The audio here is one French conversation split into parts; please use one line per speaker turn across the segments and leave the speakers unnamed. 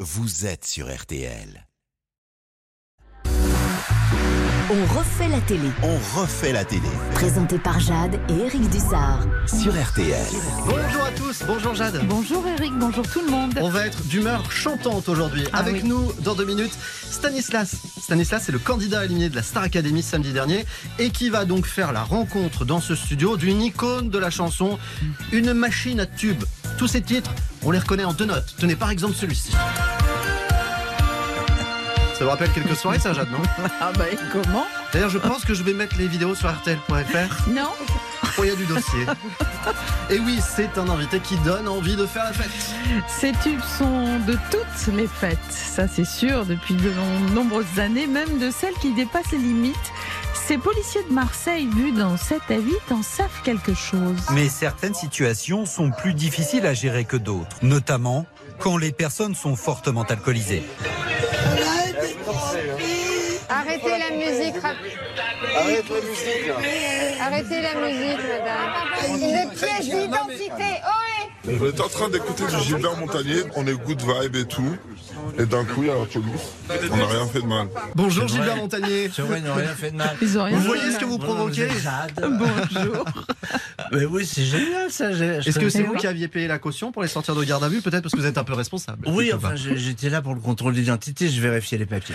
vous êtes sur RTL.
On refait la télé.
On refait la télé
Présenté par Jade et Eric Dussard.
sur RTL.
Bonjour à tous, bonjour Jade.
Bonjour Eric, bonjour tout le monde.
On va être d'humeur chantante aujourd'hui.
Ah
Avec
oui.
nous, dans deux minutes, Stanislas. Stanislas c'est le candidat éliminé de la Star Academy samedi dernier et qui va donc faire la rencontre dans ce studio d'une icône de la chanson,
Mm.
une machine à tube. Tous ces titres, on les reconnaît en deux notes. Tenez par exemple celui-ci. Ça vous rappelle quelques soirées, ça, Jade, non
Ah bah et comment
D'ailleurs,
Ah.
je pense que je vais mettre les vidéos sur RTL.fr.
Non
Oh, il y a du dossier. Et oui, c'est un invité qui donne envie de faire la fête.
Ces tubes sont de toutes les fêtes, ça c'est sûr, depuis de long- nombreuses années, même de celles qui dépassent les limites. Ces policiers de Marseille, vus dans 7 à 8, en savent quelque chose.
Mais certaines situations sont plus difficiles à gérer que d'autres, notamment quand les personnes sont fortement alcoolisées.
Arrêtez la musique, rap-
Arrête la musique là.
arrêtez la musique, madame. Une pièce d'identité, ohé
On est en train d'écouter du Gilbert Montagnier, on est good vibe et tout. Et d'un coup, il y a la police. On n'a rien fait de mal.
Bonjour
C'est vrai.
Gilbert Montagnier.
C'est vrai, ils n'ont rien fait de mal.
Ils ont rien
Vous
fait
voyez ce
mal.
que vous
Voilà,
provoquez
êtes jade.
Bonjour.
Ah, bah, Mais oui, c'est génial ça. j'ai- je
Est-ce que
connais
c'est
pas.
vous qui aviez payé la caution pour les sortir de garde à vue Peut-être parce que vous êtes un peu responsable.
Oui,
quelque part.
enfin, j'ai- j'étais là pour le contrôle d'identité, je vérifiais les papiers.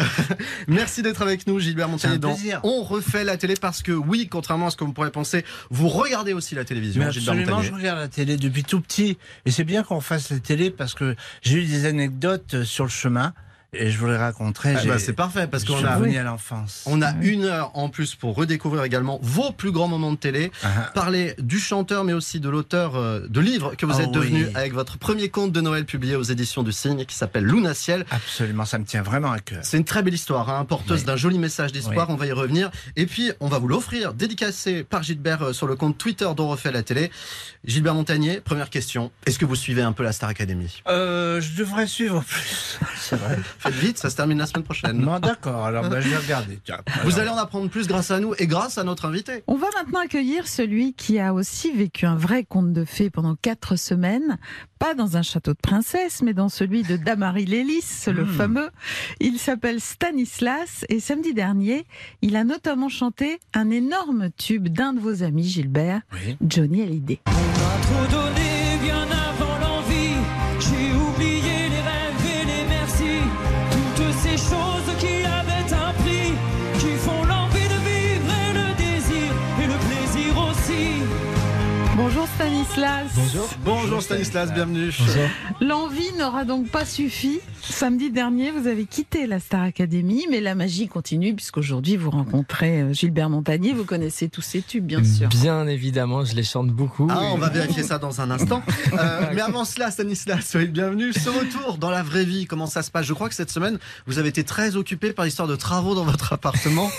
Merci d'être avec nous, Gilbert Montagnier.
C'est un
dans
plaisir.
On refait la télé parce que, oui, contrairement à ce que vous pourrez penser, vous regardez aussi la télévision,
Mais
Gilbert
absolument,
Montagnier.
je regarde la télé depuis tout petit. Et c'est bien qu'on fasse la télé parce que j'ai eu des anecdotes euh, sur le chemin et je vous les raconterai.
Ah
j'ai-
bah, c'est parfait parce
je
qu'on
suis
a.
revenu à l'enfance.
On a une heure en plus pour redécouvrir également vos plus grands moments de télé,
Ah,
parler du chanteur mais aussi de l'auteur euh, de livres que vous
Ah
êtes devenu
oui.
avec votre premier conte de Noël publié aux éditions du Cygne qui s'appelle Luna Ciel.
Absolument, ça me tient vraiment à cœur.
C'est une très belle histoire, hein, porteuse
Oui.
d'un joli message d'espoir. On va y revenir. Et puis, on va vous l'offrir, dédicacé par Gilbert euh, sur le compte Twitter d'On refait la télé. Gilbert Montagnier, première question. Est-ce que vous suivez un peu la Star Academy
Euh, je devrais suivre en plus. c'est vrai.
Faites vite, ça se termine la semaine prochaine.
Non, d'accord, alors bah, je vais regarder. Tiens,
Vous
alors.
allez en apprendre plus grâce à nous et grâce à notre invité.
On va maintenant accueillir celui qui a aussi vécu un vrai conte de fées pendant quatre semaines, pas dans un château de princesse, mais dans celui de Damary Lélis, le fameux. Il s'appelle Stanislas et samedi dernier, il a notamment chanté un énorme tube d'un de vos amis, Gilbert,
Oui.
Johnny Hallyday.
Trop donné bien avant l'envie, j'ai oublié les rêves et les merci. Toutes ces choses qui avaient un prix, qui font l'envie de vivre et le désir, et le plaisir aussi.
Bonjour Stanislas.
Bonjour Stanislas, bienvenue.
L'envie n'aura donc pas suffi. Samedi dernier, vous avez quitté la Star Academy, mais la magie continue puisqu'aujourd'hui vous rencontrez euh, Gilbert Montagnier. Vous connaissez tous ses tubes, bien sûr.
Bien évidemment, je les chante beaucoup.
Ah, on va vérifier ça dans un instant. Euh, mais avant cela, Stanislas, soyez le bienvenu. Ce retour dans la vraie vie, comment ça se passe Je crois que cette semaine, vous avez été très occupé par l'histoire de travaux dans votre appartement.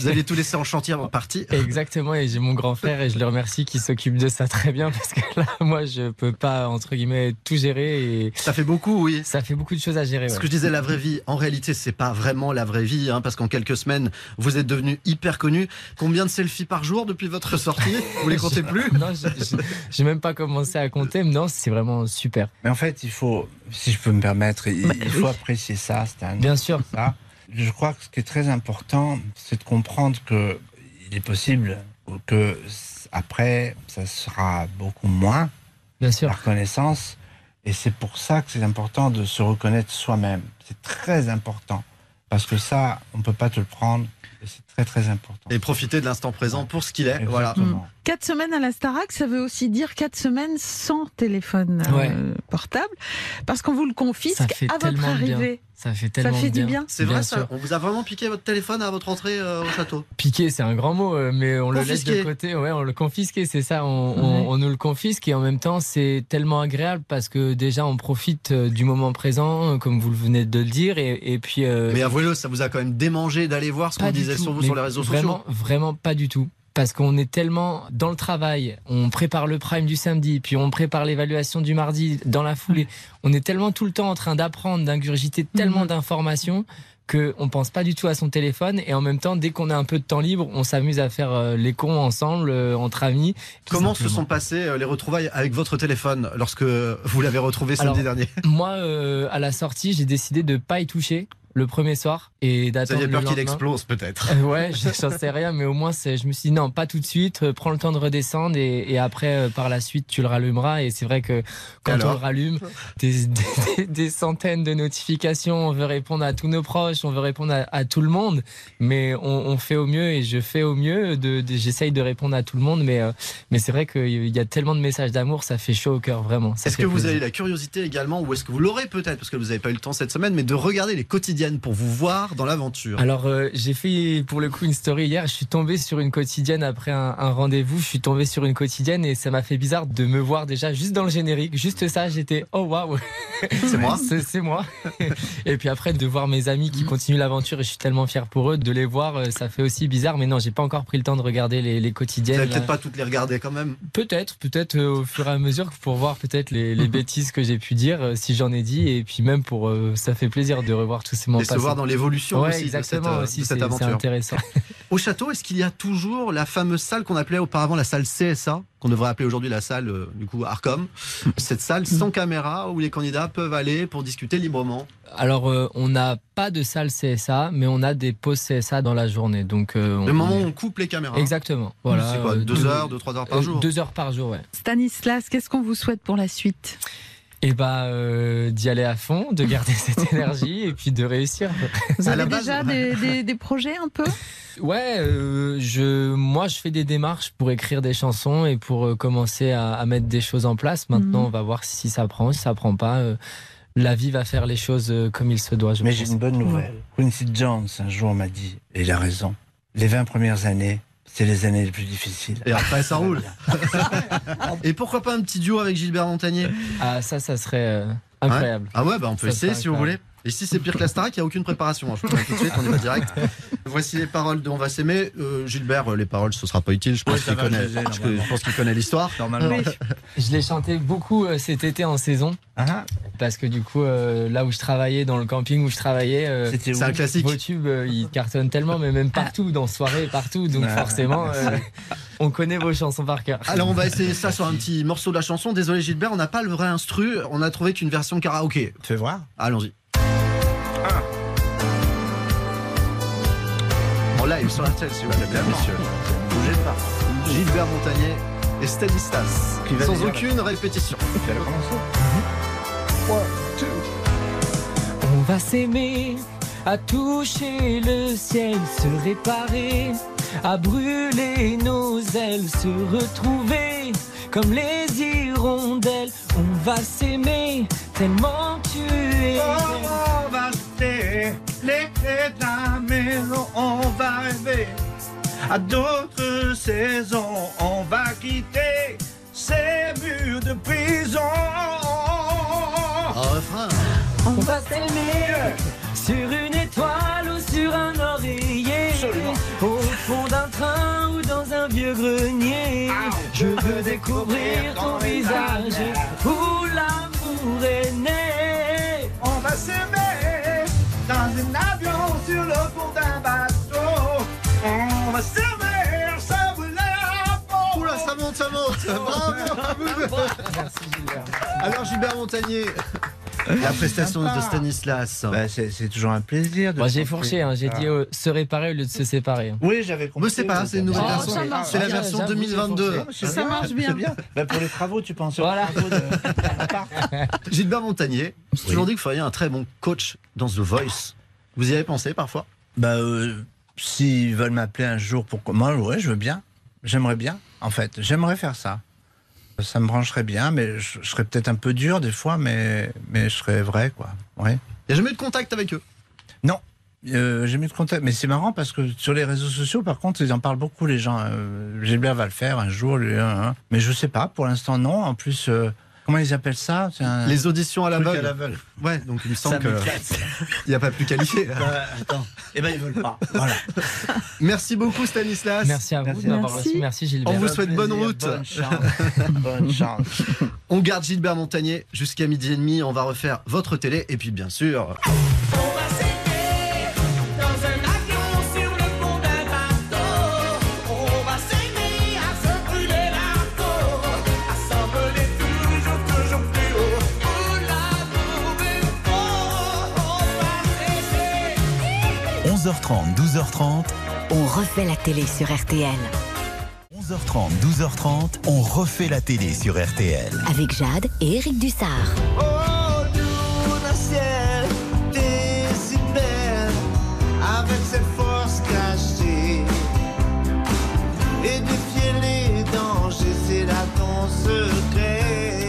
Vous avez tout laissé en chantier avant de partir.
Exactement, et j'ai mon grand frère et je le remercie qui s'occupe de ça très bien parce que là, moi, je peux pas, entre guillemets, tout gérer et
Ça fait beaucoup, oui.
ça fait beaucoup de choses à gérer.
Ce
Eh ouais.
que je disais, la vraie vie, en réalité, c'est pas vraiment la vraie vie, hein, parce qu'en quelques semaines, vous êtes devenu hyper connu. Combien de selfies par jour depuis votre sortie Vous les comptez plus
Non, je- je- j'ai même pas commencé à compter, mais non, c'est vraiment super.
Mais en fait, il faut, si je peux me permettre, il,
Bah,
il faut
oui.
apprécier ça, Stan.
Bien sûr,
ça. Je crois que ce qui est très important, c'est de comprendre que il est possible que s- après, ça sera beaucoup moins
bien
la
sûr.
reconnaissance. Et c'est pour ça que c'est important de se reconnaître soi-même. C'est très important. Parce que ça, on ne peut pas te le prendre. Et c'est très, très important.
Et profitez de l'instant présent pour ce qu'il est. Voilà.
Exactement.
Quatre semaines à la Starac, ça veut aussi dire quatre semaines sans téléphone euh,
Ouais.
portable, parce qu'on vous le confisque
Ça fait
à votre
tellement de bien.
arrivée.
Ça fait tellement
fait
de
du
bien.
bien.
C'est vrai,
Bien
ça.
sûr.
On vous a vraiment piqué votre téléphone à votre entrée euh, au château.
Piquer, c'est un grand mot, euh, mais on le laisse
Confisquer.
de côté. Ouais, on le confisque, c'est ça. On, on-
Ouais.
on nous le confisque et en même temps, c'est tellement agréable parce que déjà, on profite euh, du moment présent, euh, comme vous venez de le dire, et, et puis. euh,
Mais avouez-le, ça vous a quand même démangé d'aller voir ce
pas
qu'on
du
disait
tout,
sur vous
mais
sur les réseaux
vraiment,
sociaux. hein.
Vraiment pas du tout. Parce qu'on est tellement dans le travail, on prépare le prime du samedi, puis on prépare l'évaluation du mardi dans la foulée. On est tellement tout le temps en train d'apprendre, d'ingurgiter tellement
Mhm.
d'informations qu'on pense pas du tout à son téléphone et en même temps, dès qu'on a un peu de temps libre, on s'amuse à faire euh, les cons ensemble, euh, entre amis. tout
Comment se
simplement.
sont passées euh, les retrouvailles avec votre téléphone lorsque vous l'avez retrouvé samedi
Alors,
dernier
Moi, euh, à la sortie, j'ai décidé de pas y toucher le premier soir et
Vous
d'attendre
aviez
le
peur qu'il
lendemain.
explose peut-être.
Euh, Ouais, je- j'en sais rien, mais au moins, c'est- je me suis dit non, pas tout de suite, euh, prends le temps de redescendre et, et après, euh, par la suite, tu le rallumeras. Et c'est vrai que quand
Alors
on le rallume, des, des- des centaines de notifications, on veut répondre à tous nos proches, on veut répondre à, à tout le monde, mais on, on fait au mieux et je fais au mieux, de, de- j'essaye de répondre à tout le monde, mais, euh, mais c'est vrai qu'il y a tellement de messages d'amour, ça fait chaud au cœur, vraiment. ça
Est-ce
fait
que vous
plaisir.
avez la curiosité également, ou est-ce que vous l'aurez peut-être, parce que vous n'avez pas eu le temps cette semaine, mais de regarder les quotidiennes pour vous voir dans l'aventure
Alors euh, j'ai fait pour le coup une story hier, je suis tombé sur une quotidienne après un, un rendez-vous, je suis tombé sur une quotidienne et ça m'a fait bizarre de me voir déjà juste dans le générique, juste ça j'étais oh waouh,
C'est moi Mm.
c'est c'est moi. et puis après de voir mes amis qui continuent l'aventure et je suis tellement fier pour eux de les voir, euh, ça fait aussi bizarre mais non j'ai pas encore pris le temps de regarder les, les
Vous
quotidiennes.
n'allez peut-être
là.
pas toutes les regarder quand même.
Peut-être, peut-être euh, au fur et à mesure pour voir peut-être les, les bêtises que j'ai pu dire, euh, si j'en ai dit et puis même pour euh, ça fait plaisir de revoir tous ces moments
Et se
passés.
voir dans l'évolution
Ouais,
aussi de cette,
exactement
euh,
aussi,
de cette
c'est- c'est
aventure.
intéressant.
Au château, est-ce qu'il y a toujours la fameuse salle qu'on appelait auparavant la salle CSA, qu'on devrait appeler aujourd'hui la salle euh, du coup Arcom Cette salle sans caméra où les candidats peuvent aller pour discuter librement.
Alors, euh, on n'a pas de salle CSA, mais on a des pauses CSA dans la journée. Donc, euh, on
Le moment où
est-
on coupe les caméras.
Exactement. Voilà.
C'est quoi,
euh,
deux heures, deux, trois heures par
euh,
jour
Deux heures par jour, ouais.
Stanislas, qu'est-ce qu'on vous souhaite pour la suite
Et bah, euh, d'y aller à fond, de garder cette énergie et puis de réussir.
Vous
À
avez
la base-
déjà des, des- des projets un peu
Ouais, euh, je, moi, je fais des démarches pour écrire des chansons et pour euh, commencer à, à mettre des choses en place. Maintenant,
Mhm.
on va voir si ça prend, si ça prend pas. euh, la vie va faire les choses euh, comme il se doit, je
Mais j'ai
pense.
une bonne nouvelle. Quincy Jones, un jour, m'a dit, et il a raison, les 20 premières années, c'est les années les plus difficiles.
Et après, ça roule. Et pourquoi pas un petit duo avec Gilbert Montagnier
Ah, ça, ça serait euh, incroyable.
Ah ouais, bah on peut
Ça
essayer
serait
si vous voulez.
incroyable.
Et si c'est pire que la Starac, il n'y a aucune préparation. hein. Je vous le dis tout de suite, on y va direct. Voici les paroles de On va s'aimer. Euh, Gilbert, euh, les paroles, ce sera pas utile. Je pense
Ouais, ça
qu'il
va,
connaît,
je les ai,
je- je
normalement.
pense qu'il connaît l'histoire.
Normalement.
Je l'ai chanté beaucoup euh, cet été en saison.
Ah,
Parce que du coup, euh, là où je travaillais, dans le camping où je travaillais, euh,
C'était où
C'est un classique.
vos tubes, euh, ils cartonnent tellement, mais même partout, dans soirée, partout. Donc
Ah,
forcément, euh, on connaît vos chansons par cœur.
Alors on va essayer ça sur un petit morceau de la chanson. Désolé Gilbert, on n'a pas le vrai instru. On a trouvé qu'une version karaoké.
Fais voir.
Allons-y. En live sur RTL, si vous plaît, mesdames, messieurs. Bougez pas. Gilbert Montagnier et Stanislas.
Qui va
Sans
déjà-
aucune répétition.
Tu as commencé
On va s'aimer, à toucher le ciel, se réparer, à brûler nos ailes, se retrouver comme les hirondelles. On va s'aimer tellement tu es. belle.
On va se la maison, on va rêver à d'autres saisons, on va quitter ces murs de prison.
Un refrain.
On va s'aimer euh, sur une étoile ou sur un oreiller, au fond d'un train ou dans un vieux grenier. Je veux découvrir ton visage où l'amour est né.
On va s'aimer dans un avion sur le pont d'un bateau. On va s'aimer, ça brûle la peau.
Oula, ça monte, ça monte. Bravo. Alors Gilbert Montagnier. La prestation de Stanislas.
Bah, c'est c'est toujours un plaisir. de chanter.
hein.
Ah.
euh, se réparer au lieu de se séparer.
Oui, j'avais compris.
Mais c'est pas grave, c'est une nouvelle
Oh,
version.
ça marche.
C'est la version
J'avoue, j'ai
2022.
foncé.
Ça marche bien.
Bah, pour les travaux, tu penses
Voilà.
aux travaux de...
Gilbert Montagnier, j'ai toujours dit qu'il fallait un très bon coach dans The Voice. Vous y avez pensé parfois
Bah, euh, s'ils veulent m'appeler un jour pour moi, ouais, je veux bien. J'aimerais bien, en fait. J'aimerais faire ça. Ça me brancherait bien, mais je, je serais peut-être un peu dur des fois, mais, mais je serais vrai, quoi. Ouais.
Il n'y a jamais eu de contact avec eux.
Euh, j'ai mis de contact, mais c'est marrant parce que sur les réseaux sociaux, par contre, ils en parlent beaucoup les gens. Euh, Gilbert va le faire un jour, lui, hein, hein. mais je sais pas. Pour l'instant, non. En plus, euh, comment ils appellent ça C'est un
Les auditions à
truc à
l'aveugle.
l'aveugle.
Ouais, donc il me
Ça
semble
me
qu'il
casse.
n'y a pas plus qualifié.
Bah, attends. Eh ben, ils veulent pas. Voilà.
Merci beaucoup Stanislas.
à
Merci.
Merci.
merci Gilbert.
On vous souhaite bonne route.
Bonne chance. bonne chance.
On garde Gilbert Montagnier jusqu'à midi et demi. On va refaire votre télé et puis bien sûr.
On va s'aimer,
11h30, 12h30.
On refait la télé sur RTL.
11h30, 12h30, on refait la télé sur RTL.
Avec Jade et Eric Dussard.
Oh, nous connaissions des idées avec cette force cachée. Et défier les dangers, c'est là ton secret.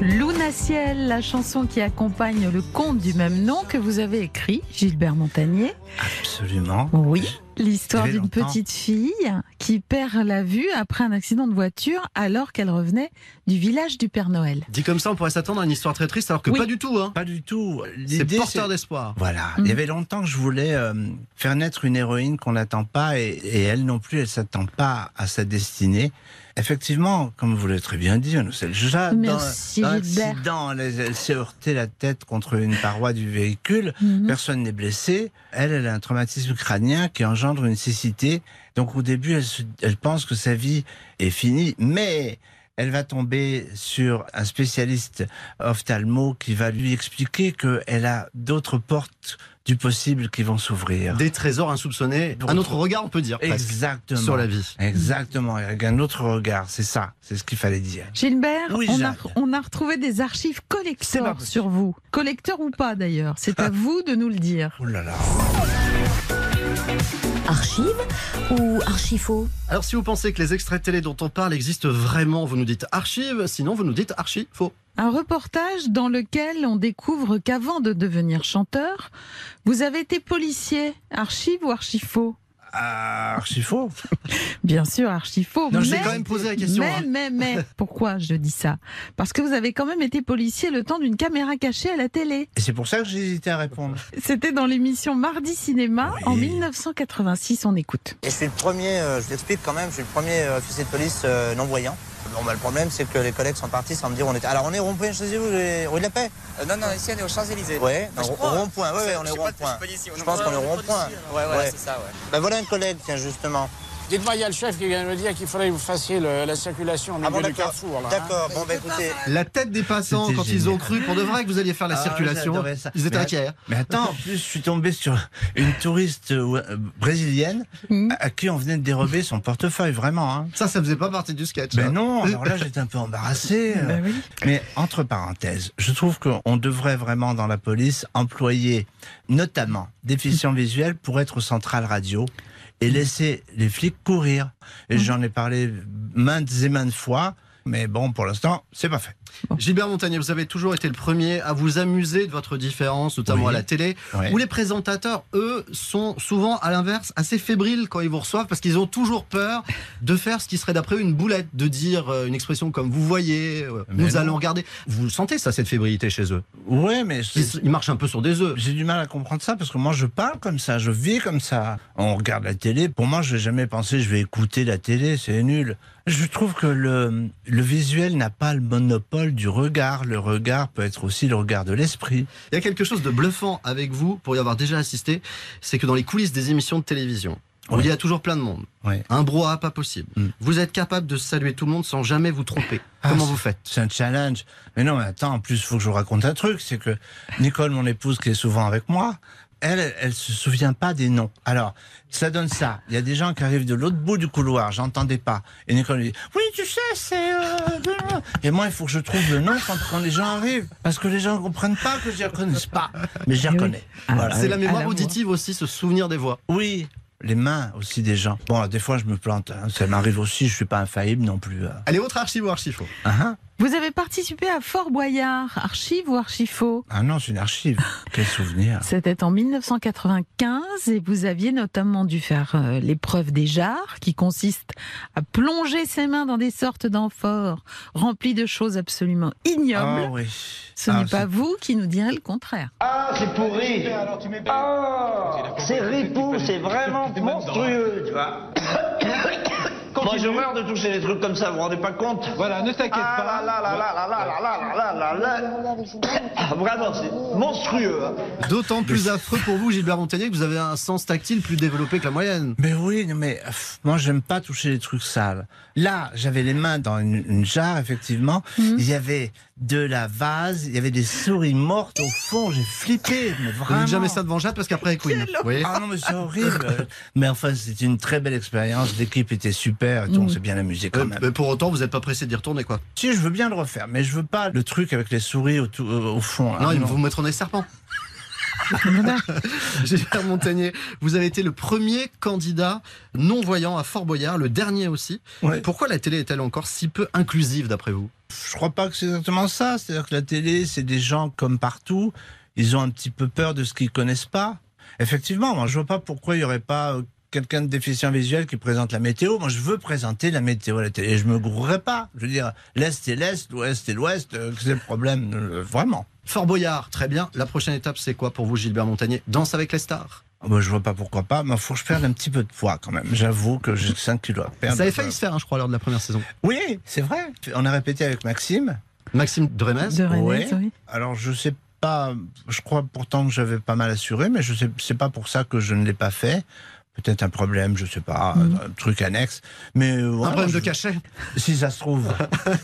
Luna Ciel, la chanson qui accompagne le conte du même nom que vous avez écrit, Gilbert Montagnier.
Absolument.
Oui. L'histoire
Ça fait
d'une
longtemps.
petite fille qui perd la vue après un accident de voiture alors qu'elle revenait du village du Père Noël.
Dit comme ça, on pourrait s'attendre à une histoire très triste, alors que
Oui.
pas du tout. Hein.
Pas du tout.
C'est
L'idée,
porteur
c'est-
d'espoir.
Voilà.
Mhm.
Il y avait longtemps que je voulais euh, faire naître une héroïne qu'on n'attend pas et, et elle non plus, elle s'attend pas à sa destinée. Effectivement, comme vous l'avez très bien dit, nous c'est déjà dans,
Merci,
dans
Gilbert.
l'accident. Elle, elle s'est heurtée la tête contre une paroi du véhicule.
Mm.
Mhm.
Personne n'est blessé. Elle, elle a un traumatisme crânien qui engendre une cécité. Donc au début, elle, se- elle pense que sa vie est finie, mais elle va tomber sur un spécialiste ophtalmo qui va lui expliquer qu'elle a d'autres portes du possible qui vont s'ouvrir.
Des trésors insoupçonnés.
Pour
Un autre
retrouver-
regard, on peut dire. presque,
Exactement.
Sur la vie.
Exactement, avec un autre regard, c'est ça, c'est ce qu'il fallait dire.
Gilbert,
Oui,
on, a,
Jade.
on a retrouvé des archives
C'est pas
collector
possible.
sur vous. Collector ou pas d'ailleurs, c'est à vous de nous le dire.
Oh là là.
Archive ou archifaux
Alors, si vous pensez que les extraits télé dont on parle existent vraiment, vous nous dites archive, sinon vous nous dites archi faux.
Un reportage dans lequel on découvre qu'avant de devenir chanteur, vous avez été policier, archive ou archifaux
Ah, archi faux.
Bien sûr, archifaux.
Non, je l'ai quand même posé la question,
Mais,
hein.
mais, mais, pourquoi je dis ça Parce que vous avez quand même été policier le temps d'une caméra cachée à la télé.
Et c'est pour ça que j'ai hésité à répondre.
C'était dans l'émission Mardi Cinéma
Oui.
en 1986. On écoute.
Et je suis le premier, euh, je l'explique quand même, je suis le premier euh, officier de police euh, non-voyant. Bon, bah, le problème, c'est que les collègues sont partis sans me dire on était. Alors, on est au rond-point chez vous, les- rue de la paix
Euh, non, non, ici on est aux Champs-Élysées.
Ouais, au
je
Eh, au
crois.
rond-point, ouais, ouais, on est au rond-point. Je pense qu'on est au rond-point.
Ouais,
voilà,
voilà,
c'est
c'est ça, ouais.
Ben voilà un collègue, tiens, justement.
Dites-moi, il y a le chef qui vient de me dire qu'il faudrait que vous fassiez le- la circulation au
Ah bon,
milieu du
d'accord.
carrefour, là. hein.
D'accord, bon, ben écoutez.
La tête des passants
C'était
quand ils ont cru pour de vrai que vous alliez faire la
Ah,
circulation.
j'adorais ça.
Ils étaient
Mais-
inquiets. hein.
Mais attends, en plus, je suis tombé sur une touriste euh, euh, brésilienne
Mhm.
à à qui on venait de dérober son portefeuille, vraiment. Hein.
Ça, ça faisait pas partie du sketch.
Mais
hein.
non, alors là j'étais un peu embarrassé. euh.
Ben oui.
Mais entre parenthèses, je trouve qu'on devrait vraiment dans la police employer notamment des fictions
Hmm.
visuelles pour être centrale radio et laisser les flics courir.
Hmm.
Et j'en ai parlé maintes et maintes fois, mais bon, pour l'instant, c'est pas fait.
Gilbert Montagnier, vous avez toujours été le premier à vous amuser de votre différence, notamment
Oui.
à la télé,
Ouais.
où les présentateurs, eux, sont souvent, à l'inverse, assez fébriles quand ils vous reçoivent parce qu'ils ont toujours peur de faire ce qui serait d'après eux une boulette, de dire euh, une expression comme vous voyez, euh,
Mais
nous
non.
allons regarder. Vous le sentez, ça, cette fébrilité chez eux
Ouais, mais c'est-
ils, ils marchent un peu sur des œufs.
J'ai du mal à comprendre ça parce que moi je parle comme ça, je vis comme ça. On regarde la télé, pour moi je vais jamais pensé je vais écouter la télé, c'est nul. Je trouve que le, le visuel n'a pas le monopole du regard. Le regard peut être aussi le regard de l'esprit.
Il y a quelque chose de bluffant avec vous, pour y avoir déjà assisté, c'est que dans les coulisses des émissions de télévision, où
Ouais.
il y a toujours plein de monde,
Ouais.
un brouhaha pas possible,
Mm.
vous êtes capable de saluer tout le monde sans jamais vous tromper.
Ah,
Comment vous faites
C'est un challenge. Mais non, mais attends, en plus, il faut que je vous raconte un truc. C'est que Nicole, mon épouse, qui est souvent avec moi, elle, elle- elle se souvient pas des noms. Alors, ça donne ça. Il y a des gens qui arrivent de l'autre bout du couloir, j'entendais pas. Et Nicole lui dit, oui, tu sais, c'est... euh, Et moi, il faut que je trouve le nom quand, quand les gens arrivent. Parce que les gens comprennent pas que je les reconnaisse pas. Mais je les
Eh oui.
reconnais.
Ah,
Voilà.
oui.
C'est la
à
mémoire
la
auditive aussi, ce souvenir des voix.
Oui, les mains aussi des gens. Bon, des fois, je me plante. hein. Ça m'arrive aussi, je suis pas infaillible non plus. hein.
Allez, autre archive ou archifaux
Ah, ah.
Vous avez participé à Fort Boyard, archive ou archifaux
Ah non, c'est une archive. Quel souvenir.
C'était en 1995 et vous aviez notamment dû faire euh, l'épreuve des jarres qui consiste à plonger ses mains dans des sortes d'amphores remplies de choses absolument ignobles.
Ah oui.
Ce
Ah,
n'est pas vous qui nous direz le contraire.
Ah, c'est pourri. Ah, c'est ripou, c'est vraiment monstrueux, tu vois. Moi, je meurs de toucher des trucs comme ça, vous vous rendez pas compte Voilà, ne t'inquiète pas. Là, là, là, là, là, là, là, là, là, là. Vraiment, c'est monstrueux. hein.
D'autant plus affreux pour vous, Gilbert Montagnier, que vous avez un sens tactile plus développé que la moyenne.
Mais oui, non, mais pff, moi j'aime pas
Hmm.
toucher les trucs sales. Là, j'avais les mains dans une, une jarre, effectivement. Il y avait de la vase. Il y avait des souris mortes au fond. J'ai flippé. Mais
Ne
vraiment.
dites jamais ça devant Jade parce qu'après, Queen. Vous voyez
Ah non, mais c'est horrible. mais enfin, c'était une très belle expérience. L'équipe était super. Et tout, On
Mm.
s'est bien amusé quand
Euh,
même.
mais pour autant, vous n'êtes pas pressé d'y retourner, quoi.
Si, je veux bien le refaire, mais je veux pas le truc avec les souris au, tout- au fond. hein. là.
Ah Non, ils vous mettront des serpents. Gilbert Montagnier, vous avez été le premier candidat non-voyant à Fort Boyard, le dernier aussi. Pourquoi la télé est-elle encore si peu inclusive d'après vous
Je crois pas que c'est exactement ça. C'est-à-dire que la télé, c'est des gens comme partout. Ils ont un petit peu peur de ce qu'ils connaissent pas. Effectivement, moi, je vois pas pourquoi il y aurait pas euh, quelqu'un de déficient visuel qui présente la météo. Moi, je veux présenter la météo à la télé. Je me grouillerai pas. Je veux dire, l'Est et l'Est, l'Ouest et l'Ouest, euh, c'est le problème, euh, vraiment.
Fort Boyard, très bien. La prochaine étape, c'est quoi pour vous, Gilbert Montagnier Danse avec les stars.
Ah bah, je vois pas pourquoi pas, mais faut que je perde un petit peu de poids quand même. J'avoue que j'ai 5 kilos à perdre.
Ça avait failli se faire, hein, je crois, lors de la première saison.
Oui, c'est vrai. On a répété avec Maxime.
Maxime de
Ah,
Remez
De Remez, oui.
Alors, je sais pas, je crois pourtant que j'avais pas mal assuré, mais je sais, c'est pas pour ça que je ne l'ai pas fait. Peut-être un problème, je sais pas, un truc annexe. Mais
Mhm.
euh,
Un problème de cachet
Si ça se trouve.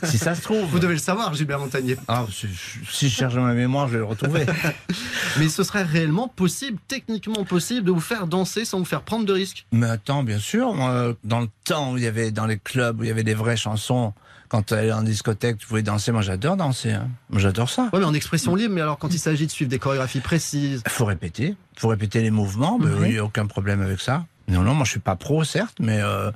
si ça se trouve.
Vous devez le savoir, Gilbert Montagnier.
Ah, si, si je cherche dans ma mémoire, je vais le retrouver.
Mais ce serait réellement possible, techniquement possible, de vous faire danser sans vous faire prendre de risques.
Mais attends, bien sûr, moi, dans le temps où il y avait, dans les clubs, où il y avait des vraies chansons, quand tu allais en discothèque, tu pouvais danser. Moi, j'adore danser. hein. Moi, J'adore ça.
Ouais, mais en expression libre, mais alors quand il s'agit de suivre des chorégraphies précises.
faut répéter. faut répéter les mouvements. mais
Ouais.
oui, aucun problème avec ça. Non, non, moi, je suis pas pro, certes, mais euh,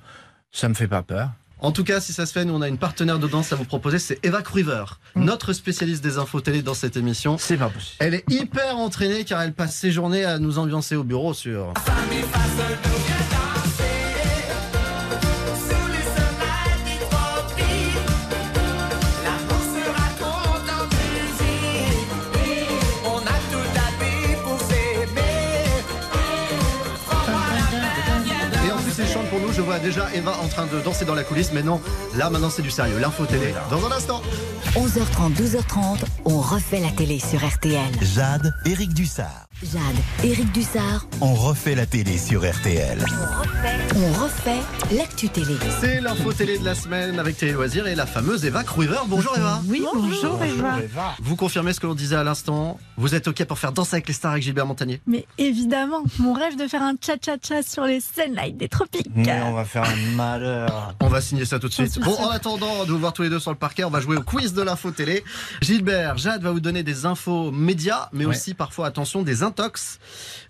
ça me fait pas peur.
En tout cas, si ça se fait, nous on a une partenaire de danse à vous proposer, c'est Eva Cruiver, notre spécialiste des infos télé dans cette émission.
C'est pas possible.
Elle est hyper entraînée car elle passe ses journées à nous ambiancer au bureau sur.
On a tout appris pour
Et en plus, elle chante pour nous. Je vois déjà Eva en train de danser dans la coulisse, mais non, là maintenant c'est du sérieux. L'info télé dans un instant.
11h30, 12h30, on refait la télé sur RTL.
Jade, Éric Dussard.
Jade, Éric Dussard,
On refait la télé sur RTL.
on refait l'actu télé.
C'est l'info télé de la semaine avec Télé Loisirs et la fameuse Eva Cruiver. Bonjour Eva.
Oui, bonjour, Eva.
Vous confirmez ce que l'on disait à l'instant Vous êtes OK pour faire danser avec les stars avec Gilbert Montagnier
Mais évidemment, mon rêve de faire un cha-cha-cha sur les scènes live des tropiques.
Mais on va faire un malheur.
On va signer ça tout de suite. Bon, en attendant de vous voir tous les deux sur le parquet, on va jouer au quiz de l'info télé. Gilbert, Jade va vous donner des infos médias, mais
Ouais.
aussi parfois, attention, des intox.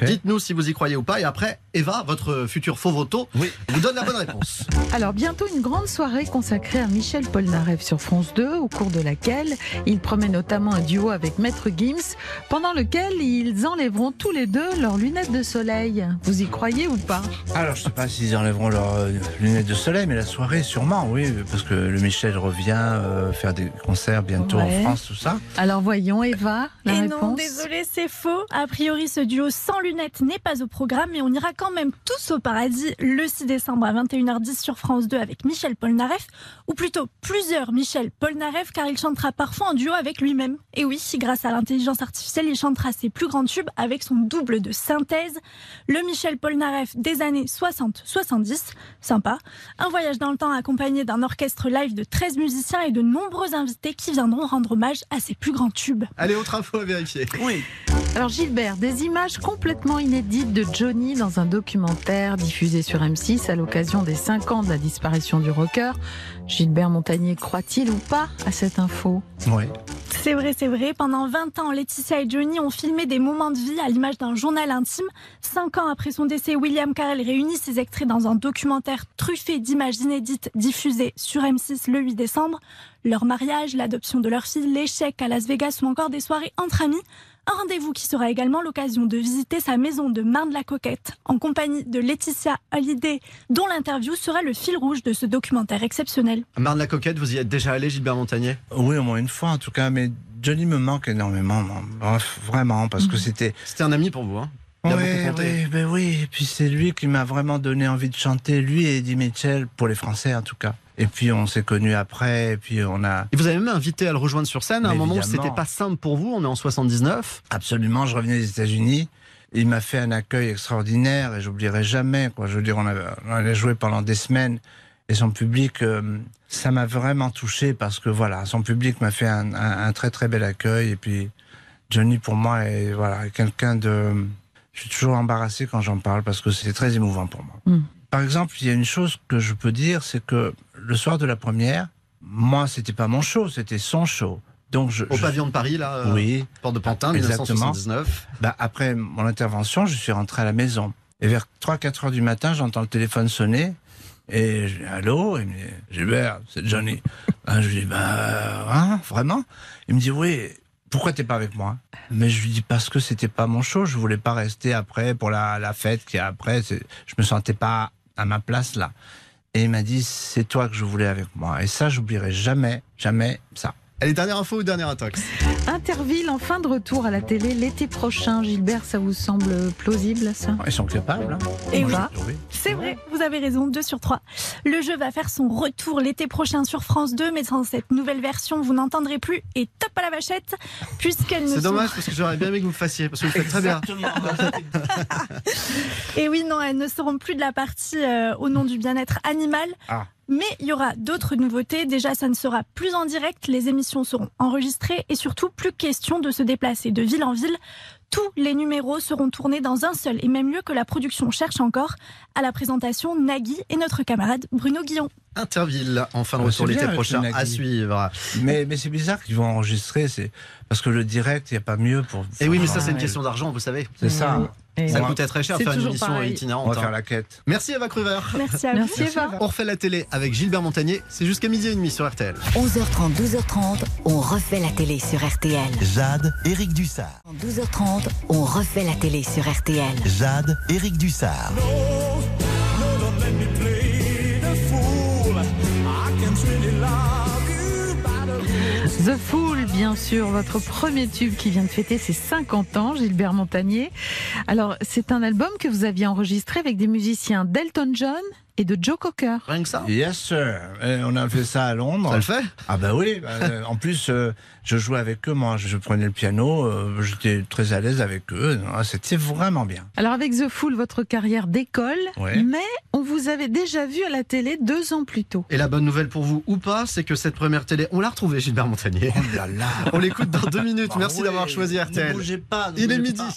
Ok.
Dites-nous si vous y croyez ou pas. Et après, Eva, votre futur faux voto, vous donne la bonne réponse.
Alors bientôt une grande soirée consacrée à Michel Polnareff sur France 2, au cours de laquelle il promet notamment un duo avec Maître Gims, pendant lequel ils enlèveront tous les deux leurs lunettes de soleil. Vous y croyez ou pas
Alors, je sais pas s'ils enlèveront leurs euh, lunettes de soleil, mais la soirée, sûrement, oui, parce que le Michel revient euh, faire des concerts bientôt
Ouais.
en France, tout ça.
Alors voyons Eva, la
Et
réponse.
Eh non, désolé, c'est faux. A priori, ce duo sans lunettes n'est pas au programme, mais on ira quand même tous au paradis le 6 décembre à 21h10 sur France 2 avec Michel Polnareff, ou plutôt plusieurs Michel Polnareff, car il chantera parfois en duo avec lui-même. Et oui, grâce à l'intelligence artificielle, il chantera ses plus grands tubes avec son double de synthèse, le Michel Polnareff des années 60-70, sympa, un voyage dans le temps accompagné d'un orchestre live de 13 musiciens et de nombreux invités qui viendront rendre hommage à ses plus grands tubes.
Allez, autre info à vérifier. Oui.
Alors Gilbert, des images complètement inédites de Johnny dans un documentaire diffusé sur M6 à l'occasion des 5 ans de la disparition du rocker. Gilbert Montagnier croit-il ou pas à cette info
Oui.
C'est vrai, c'est vrai. Pendant 20 ans, Laetitia et Johnny ont filmé des moments de vie à l'image d'un journal intime. Cinq ans après son décès, William Carell réunit ses extraits dans un documentaire truffé d'images inédites diffusé sur M6 le 8 décembre. Leur mariage, l'adoption de leur fille, l'échec à Las Vegas ou encore des soirées entre amis. Un rendez-vous qui sera également l'occasion de visiter sa maison de Marne-la-Coquette en compagnie de Laetitia Hallyday, dont l'interview sera le fil rouge de ce documentaire exceptionnel.
Marne la Coquette, vous y êtes déjà allé, Gilbert Montagnier
Oui, au moins une fois, en tout cas, mais Johnny me manque énormément, moi. Bref, vraiment, parce que c'était.
C'était un ami pour vous, hein Il a beaucoup
Oui,
compté.
oui, ben oui. Et puis c'est lui qui m'a vraiment donné envie de chanter, lui et Eddie Mitchell, pour les Français en tout cas. Et puis on s'est connus après, et puis on a.
Et vous avez même invité à le rejoindre sur scène à un
Mais
moment où
évidemment.
c'était pas simple pour vous. On est en 79.
Absolument, je revenais des États-Unis. Il m'a fait un accueil extraordinaire et j'oublierai jamais. Quoi. Je veux dire, on, avait- on allait jouer pendant des semaines Et son public, euh, ça m'a vraiment touché parce que voilà, son public m'a fait un, un- un très très bel accueil. Et puis Johnny pour moi est voilà quelqu'un de. Je suis toujours embarrassé quand j'en parle parce que c'est très émouvant pour moi.
Mm.
Par exemple, il y a une chose que je peux dire, c'est que le soir de la première, moi, c'était pas mon show, c'était son show. Donc je,
Au
je-
pavillon de Paris, là, euh,
oui,
Porte de Pantin,
exactement.
1979.
Bah, après mon intervention, je suis rentré à la maison. Et vers 3-4 heures du matin, j'entends le téléphone sonner. Et je dis Allô Il me dit Gilbert, c'est Johnny. Ah, je lui dis Bah, euh, hein, vraiment Il me dit Oui, pourquoi t'es pas avec moi Mais je lui dis Parce que c'était pas mon show, je voulais pas rester après pour la, la fête qui est après. c'est- Je me sentais pas à ma place là. Et il m'a dit C'est toi que je voulais avec moi. Et ça, j'oublierai jamais, jamais ça.
Allez, dernière info ou dernière intox
Interville en fin de retour à la télé l'été prochain. Gilbert, ça vous semble plausible ça
Ils sont capables. hein.
Et
Moi,
oui.
j'ai trouvé.
C'est vrai, vous avez raison, 2 sur 3. Le jeu va faire son retour l'été prochain sur France 2, mais dans cette nouvelle version, vous n'entendrez plus et top à la vachette, puisqu'elle ne
C'est
sont-
dommage parce que j'aurais bien aimé que vous le fassiez, parce que vous le faites très bien.
Et Eh oui, non, elles ne seront plus de la partie euh, au nom du bien-être animal.
Ah.
Mais il y aura d'autres nouveautés. Déjà, ça ne sera plus en direct. Les émissions seront enregistrées et surtout, plus question de se déplacer de ville en ville. Tous les numéros seront tournés dans un seul et même lieu que la production cherche encore. À la présentation, Nagui et notre camarade Bruno Guillon.
Interville, en fin de
Ah,
retour
c'est
l'été
bien,
prochain,
Nagui.
à suivre.
Mais, mais c'est bizarre qu'ils vont enregistrer, c'est parce que le direct, il n'y a pas mieux pour.
Et Eh oui, mais ça, c'est une question Mm. d'argent, vous savez.
C'est ça.
Et Ça
On va-
coûtait très cher de
C'est
faire une
toujours
émission
pareil.
itinérante.
On va
hein.
faire la quête.
Merci Eva Cruver.
Merci à
vous. Merci, Eva.
On refait la télé avec Gilbert Montagnier. C'est jusqu'à midi et demi sur RTL.
11h30, 12h30, on refait la télé sur RTL.
Jade, Eric Dussard.
12h30, on refait la télé sur RTL.
Jade, Eric Dussard.
The Fool, bien sûr, votre premier tube qui vient de fêter ses 50 ans, Gilbert Montagnier. Alors, c'est un album que vous aviez enregistré avec des musiciens d'Elton John et de Joe Cocker.
Rien que ça.
Yes, sir. Et on a fait ça à Londres.
Ça le fait
Ah, bah oui. bah, euh, en plus, euh, je jouais avec eux, moi. Je prenais le piano. euh, J'étais très à l'aise avec eux. Ah, C'était vraiment bien.
Alors, avec The Fool, votre carrière décolle,
Ouais.
mais on vous avait déjà vu à la télé deux ans plus tôt.
Et la bonne nouvelle pour vous ou pas, c'est que cette première télé, on l'a retrouvée, Gilbert Montagnier.
Oh là là.
On l'écoute dans deux minutes.
Bah
Merci
ouais,
d'avoir choisi
Ne
RTL.
bougez pas. ne
Il est
bougez
midi.
pas.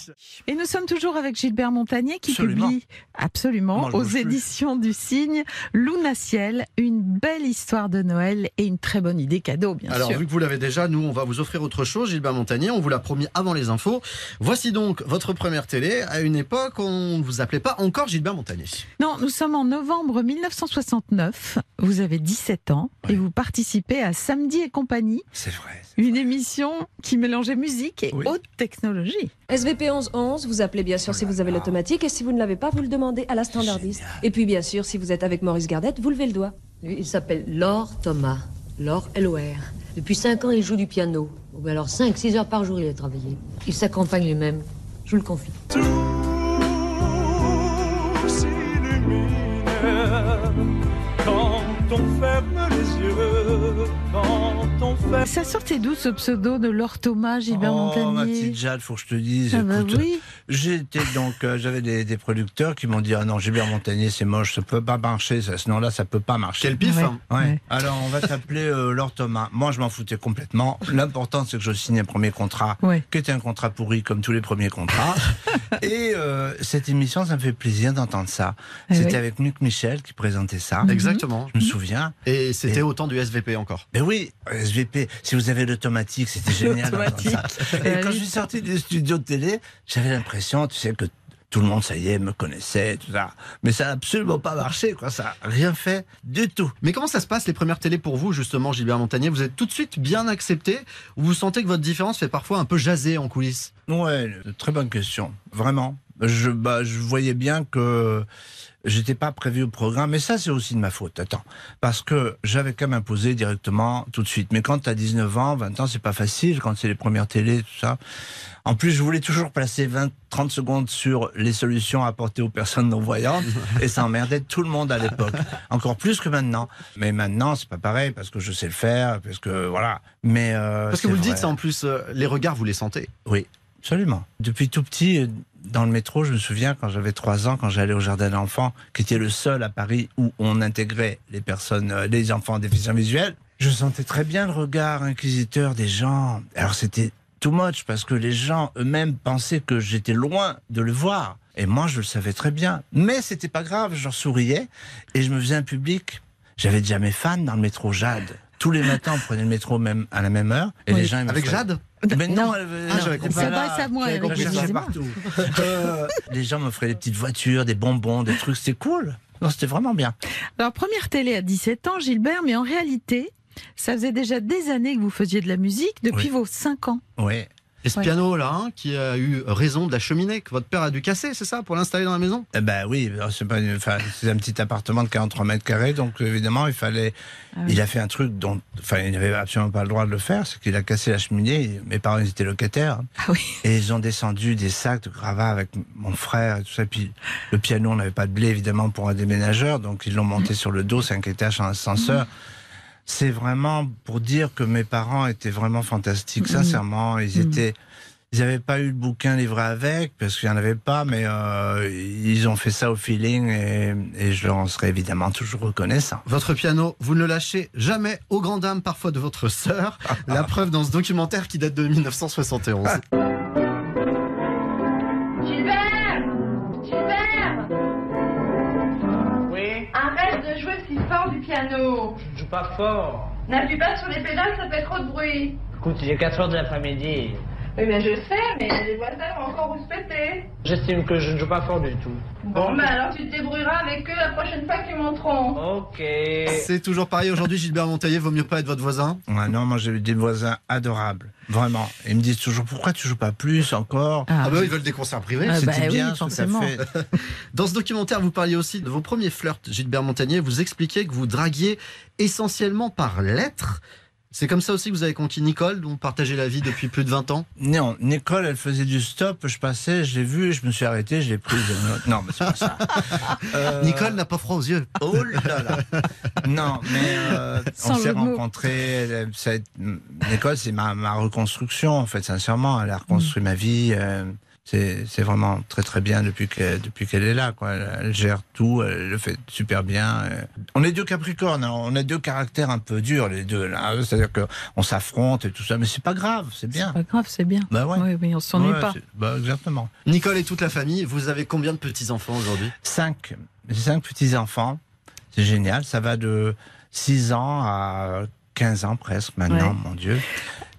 Et nous sommes toujours avec Gilbert Montagnier qui
Absolument.
publie absolument
Moi, je
aux
bouge plus.
éditions du Cygne Luna Ciel, une belle histoire de Noël et une très bonne idée cadeau, bien
Alors,
sûr.
vu que vous l'avez déjà, nous, on va vous offrir autre chose, Gilbert Montagnier. On vous l'a promis avant les infos. Voici donc votre première télé. À une époque, on ne vous appelait pas encore Gilbert Montagnier.
Non, nous sommes en novembre 1969. Vous avez 17 ans et vous participez à Samedi et compagnie,
C'est vrai.
une émission qui mélangeait musique et
Oui.
haute technologie.
SVP 1111, vous appelez bien sûr si vous avez l'automatique et si vous ne l'avez pas, vous le demandez à la standardiste. Et puis bien sûr, si vous êtes avec Maurice Gardette, vous levez le doigt.
Lui, il s'appelle Laure Thomas. Laure LOR. Depuis 5 ans, il joue du piano. Bon, ben alors 5-6 heures par jour, il a travaillé. Il s'accompagne lui-même. Je vous le confie.
Quand on ferme les yeux, quand on ferme.
Ça sortait d'où ce pseudo de Laure Thomas, Gilbert
Oh, ma
Montagnier
petite Jade, faut que je te dise.
Ah bah
écoute,
oui.
J'étais donc, euh, j'avais des, des producteurs qui m'ont dit Ah non, Gilbert Montagnier, c'est moche, ça peut pas marcher, ça, ce nom-là, ça peut pas marcher.
Quel pif,
Ouais.
hein
Ouais. Alors, on va t'appeler euh, Laure Thomas. Moi, je m'en foutais complètement. L'important, c'est que je signe un premier contrat,
Ouais.
qui était un contrat pourri, comme tous les premiers contrats. Et euh, cette émission, ça me fait plaisir d'entendre ça.
Eh
C'était
oui. Mhm.
avec Luc Michel qui présentait ça.
Exactement.
Je me souviens.
Et c'était au temps du SVP encore.
Mais oui, SVP, si vous avez l'automatique, c'était génial. d'entendre ça.
Eh
Et quand je suis sorti des studios de télé, j'avais l'impression, tu sais, que tout le monde, ça y est, me connaissait, tout ça. Mais ça n'a absolument pas marché, quoi. Ça n'a rien fait du tout.
Mais comment ça se passe les premières télés pour vous, justement, Gilbert Montagnier Vous êtes tout de suite bien accepté ou vous sentez que votre différence fait parfois un peu jaser en coulisses
Ouais, très bonne question. Vraiment. Je, bah, je voyais bien que j'étais pas prévu au programme. Mais ça, c'est aussi de ma faute. Attends. Parce que j'avais qu'à m'imposer directement tout de suite. Mais quand t'as 19 ans, 20 ans, c'est pas facile. Quand c'est les premières télés, tout ça. En plus, je voulais toujours placer 20, 30 secondes sur les solutions apportées aux personnes non-voyantes. et ça emmerdait tout le monde à l'époque. Encore plus que maintenant. Mais maintenant, c'est pas pareil parce que je sais le faire, parce que voilà. Mais, euh,
Parce que
c'est
vous le
vrai.
dites, ça en plus, euh, les regards, vous les sentez.
Oui, absolument. Depuis tout petit, euh, dans le métro, je me souviens quand j'avais 3 ans, quand j'allais au jardin d'enfants, qui était le seul à Paris où on intégrait les personnes, euh, les enfants en déficience visuelle, je sentais très bien le regard inquisiteur des gens. Alors c'était too much parce que les gens eux-mêmes pensaient que j'étais loin de le voir. Et moi, je le savais très bien. Mais c'était pas grave, je leur souriais et je me faisais un public. J'avais déjà mes fans dans le métro Jade. Tous les matins, on prenait le métro même à la même heure. Et
Oui.
les gens, ils me
Avec
faisaient-
Jade
Mais Eh ben, non, elle-
Ah,
non,
j'avais
elle
compris.
était pas
S'adresse
là.
à moi,
Elle
elle
cherchait
excusez-moi.
partout. Euh, les gens m'offraient des petites voitures, des bonbons, des trucs. C'était cool. Non, c'était vraiment bien.
Alors, première télé à 17 ans, Gilbert, mais en réalité, ça faisait déjà des années que vous faisiez de la musique, depuis
Oui.
vos 5 ans.
Oui.
Et ce
Ouais.
piano là, hein, qui a eu raison de la cheminée que votre père a dû casser, c'est ça, pour l'installer dans la maison
Eh ben oui, c'est pas une- enfin, c'est un petit appartement de 43 mètres carrés, donc évidemment, il fallait.
Ah oui.
Il a fait un truc dont. Enfin, il n'avait absolument pas le droit de le faire, c'est qu'il a cassé la cheminée. Mes parents, ils étaient locataires.
Ah
Et ils ont descendu des sacs de gravats avec m- mon frère et tout ça. Puis le piano, on n'avait pas de blé, évidemment, pour un déménageur, donc ils l'ont monté
Mmh.
sur le dos, cinq étages en ascenseur. C'est vraiment pour dire que mes parents étaient vraiment fantastiques,
Mmh.
sincèrement. Ils étaient. Ils n'avaient pas eu le bouquin livré avec, parce qu'il n'y en avait pas, mais euh, ils ont fait ça au feeling et, et je leur en serai évidemment toujours reconnaissant.
Votre piano, vous ne le lâchez jamais, aux grandes dames parfois de votre sœur. La preuve dans ce documentaire qui date de 1971.
Gilbert Gilbert
Oui
Arrête de jouer si fort du piano
Je joue pas fort.
N'appuie pas sur les pédales, ça fait trop de bruit
Écoute, il est 4 heures de l'après-midi.
Oui, mais je sais, mais les voisins vont encore vous se péter
J'estime que je ne joue pas fort du tout.
Bon, bah alors tu te débrouilleras avec eux la prochaine fois qu'ils monteront
Ok.
C'est toujours pareil aujourd'hui, Gilbert Montaillé, vaut mieux pas être votre voisin.
Ouais, Ah non, moi j'ai eu des voisins adorables, vraiment. Ils me disent toujours pourquoi tu joues pas plus encore
Ah, bah oui, ils veulent des concerts privés.
C'était bien ce que ça fait.
Dans ce documentaire, vous parliez aussi de vos premiers flirts, Gilbert Montagnier. Vous expliquiez que vous draguiez essentiellement par lettres. C'est comme ça aussi que vous avez conquis Nicole, dont vous partagez la vie depuis plus de 20 ans.
Non, Nicole, elle faisait du stop, je passais, je l'ai vue, je me suis arrêté, je l'ai prise. Non, mais c'est pas ça.
Nicole n'a pas froid aux yeux.
Euh. Oh là là Non, mais euh,
Sans
on
jeu
s'est
de mots.
rencontrés. elle, elle, ça a été- Nicole, c'est ma, ma reconstruction, en fait, sincèrement. Elle a reconstruit ma vie. euh, c'est c'est vraiment très très bien depuis qu'elle depuis qu'elle est là. Quoi. Elle, elle gère tout, elle le fait super bien. euh. On est deux Capricornes, hein, on a deux caractères un peu durs les deux. là. hein. C'est-à-dire qu'on s'affronte et tout ça, mais c'est pas grave, c'est bien.
Pas grave, c'est bien.
Bah ouais.
Oui, oui, on s'ennuie
Ouais,
pas.
c'est- Bah exactement.
Nicole et toute la famille, vous avez combien de petits-enfants aujourd'hui
Cinq. J'ai cinq petits-enfants. C'est génial. Ça va de 6 ans à 15 ans presque maintenant,
Ouais.
mon Dieu.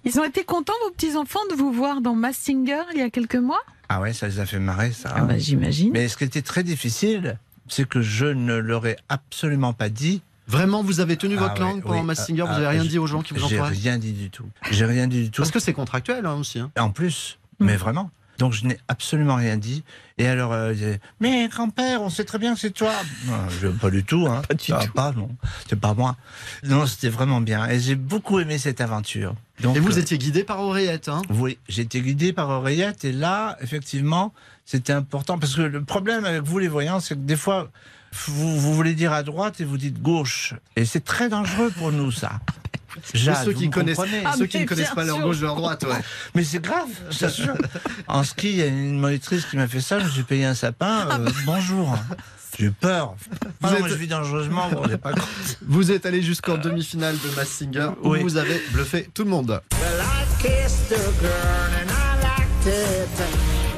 Ils ont été contents, vos petits-enfants, de vous voir dans Massinger il y a quelques mois
Ah ouais, ça les a fait marrer, ça.
Ah bah, j'imagine.
Mais ce qui était très difficile, c'est que je ne leur ai absolument pas dit.
Vraiment, vous avez tenu votre langue pendant Massinger, vous avez rien dit aux gens qui vous
J'ai
entouraient
rien dit du tout. J'ai rien dit du tout. Parce
que c'est contractuel hein, aussi.
En plus, mais vraiment. Donc je n'ai absolument rien dit. Et alors, euh, ils disaient, mais grand-père, on sait très bien que c'est toi. Non, je- pas du tout. Hein. Pas du tout. Pas, non. C'est pas moi. Non, c'était vraiment bien. Et j'ai beaucoup aimé cette aventure. Donc,
Et vous
euh,
étiez guidé par Oreillette, hein
oui, j'ai été guidé par Oreillette et là, effectivement, c'était important parce que le problème avec vous les voyants, c'est que des fois, vous, vous voulez dire à droite et vous dites gauche. Et c'est très dangereux pour nous, ça. Jade,
ceux
vous
qui
me
connaissent- Ah.
comprenez
ceux qui ne connaissent pas leur gauche, leur droite, ouais.
Mais c'est grave, je t'assure. En ski, il y a une monitrice qui m'a fait ça, je me suis payé un sapin. euh, bonjour. J'ai peur.
Ah. Vous
Ah,
êtes-
moi, je vis dangereusement, vous n'êtes pas compte.
Vous êtes allé jusqu'en demi-finale de Massinger, où
Oui.
vous avez bluffé tout le monde.
Well, I kissed a girl and I liked it.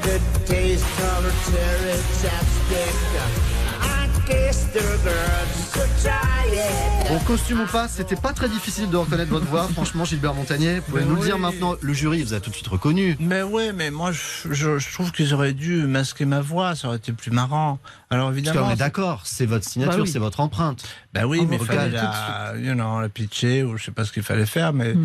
The taste of her cherry chapstick. I kissed a girl just to try it.
Bon, costume ou pas, c'était pas très difficile de reconnaître votre voix, franchement, Gilbert Montagnier. Vous pouvez
Mais
nous le
oui.
dire maintenant, le jury il vous a tout de suite reconnu.
Mais ouais, mais moi je, je- je trouve qu'ils auraient dû masquer ma voix, ça aurait été plus marrant. Alors évidemment.
Parce qu'on est d'accord, c'est votre signature,
Bah oui.
c'est votre empreinte.
Bah oui,
En
mais
vocal,
fallait
tout de Hmm.
la, you know, la pitcher ou je sais pas ce qu'il fallait faire, mais,